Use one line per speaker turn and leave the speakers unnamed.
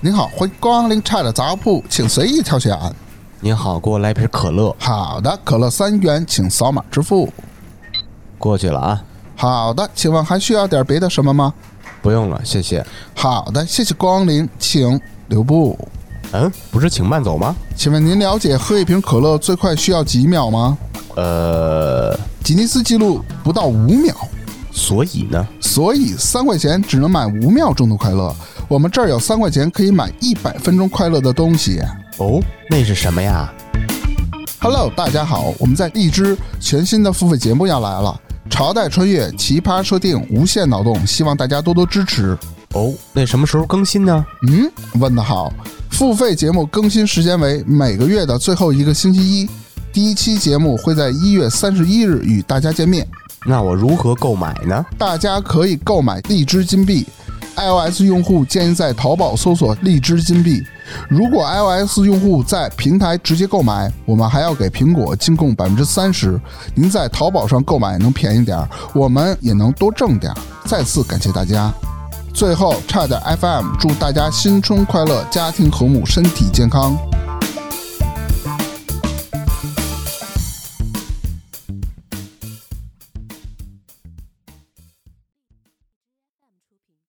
您好，欢迎光临差点杂货铺，请随意挑选。
您好，给我来瓶可乐。
好的，可乐三元，请扫码支付。
过去了啊，
好的，请问还需要点别的什么吗？
不用了，谢谢。
好的，谢谢光临，请留步。
嗯，不是请慢走吗？
请问您了解喝一瓶可乐最快需要几秒吗？
呃，
吉尼斯纪录不到五秒，
所以呢，
所以三块钱只能买五秒钟的快乐。我们这儿有三块钱可以买一百分钟快乐的东西。
哦，那是什么呀？
Hello，大家好，我们在荔枝全新的付费节目要来了，《朝代穿越奇葩设定无限脑洞》，希望大家多多支持。
哦，那什么时候更新呢？
嗯，问得好。付费节目更新时间为每个月的最后一个星期一，第一期节目会在一月三十一日与大家见面。
那我如何购买呢？
大家可以购买荔枝金币。iOS 用户建议在淘宝搜索荔枝金币。如果 iOS 用户在平台直接购买，我们还要给苹果进贡百分之三十。您在淘宝上购买能便宜点儿，我们也能多挣点儿。再次感谢大家。最后，差点 FM 祝大家新春快乐，家庭和睦，身体健康。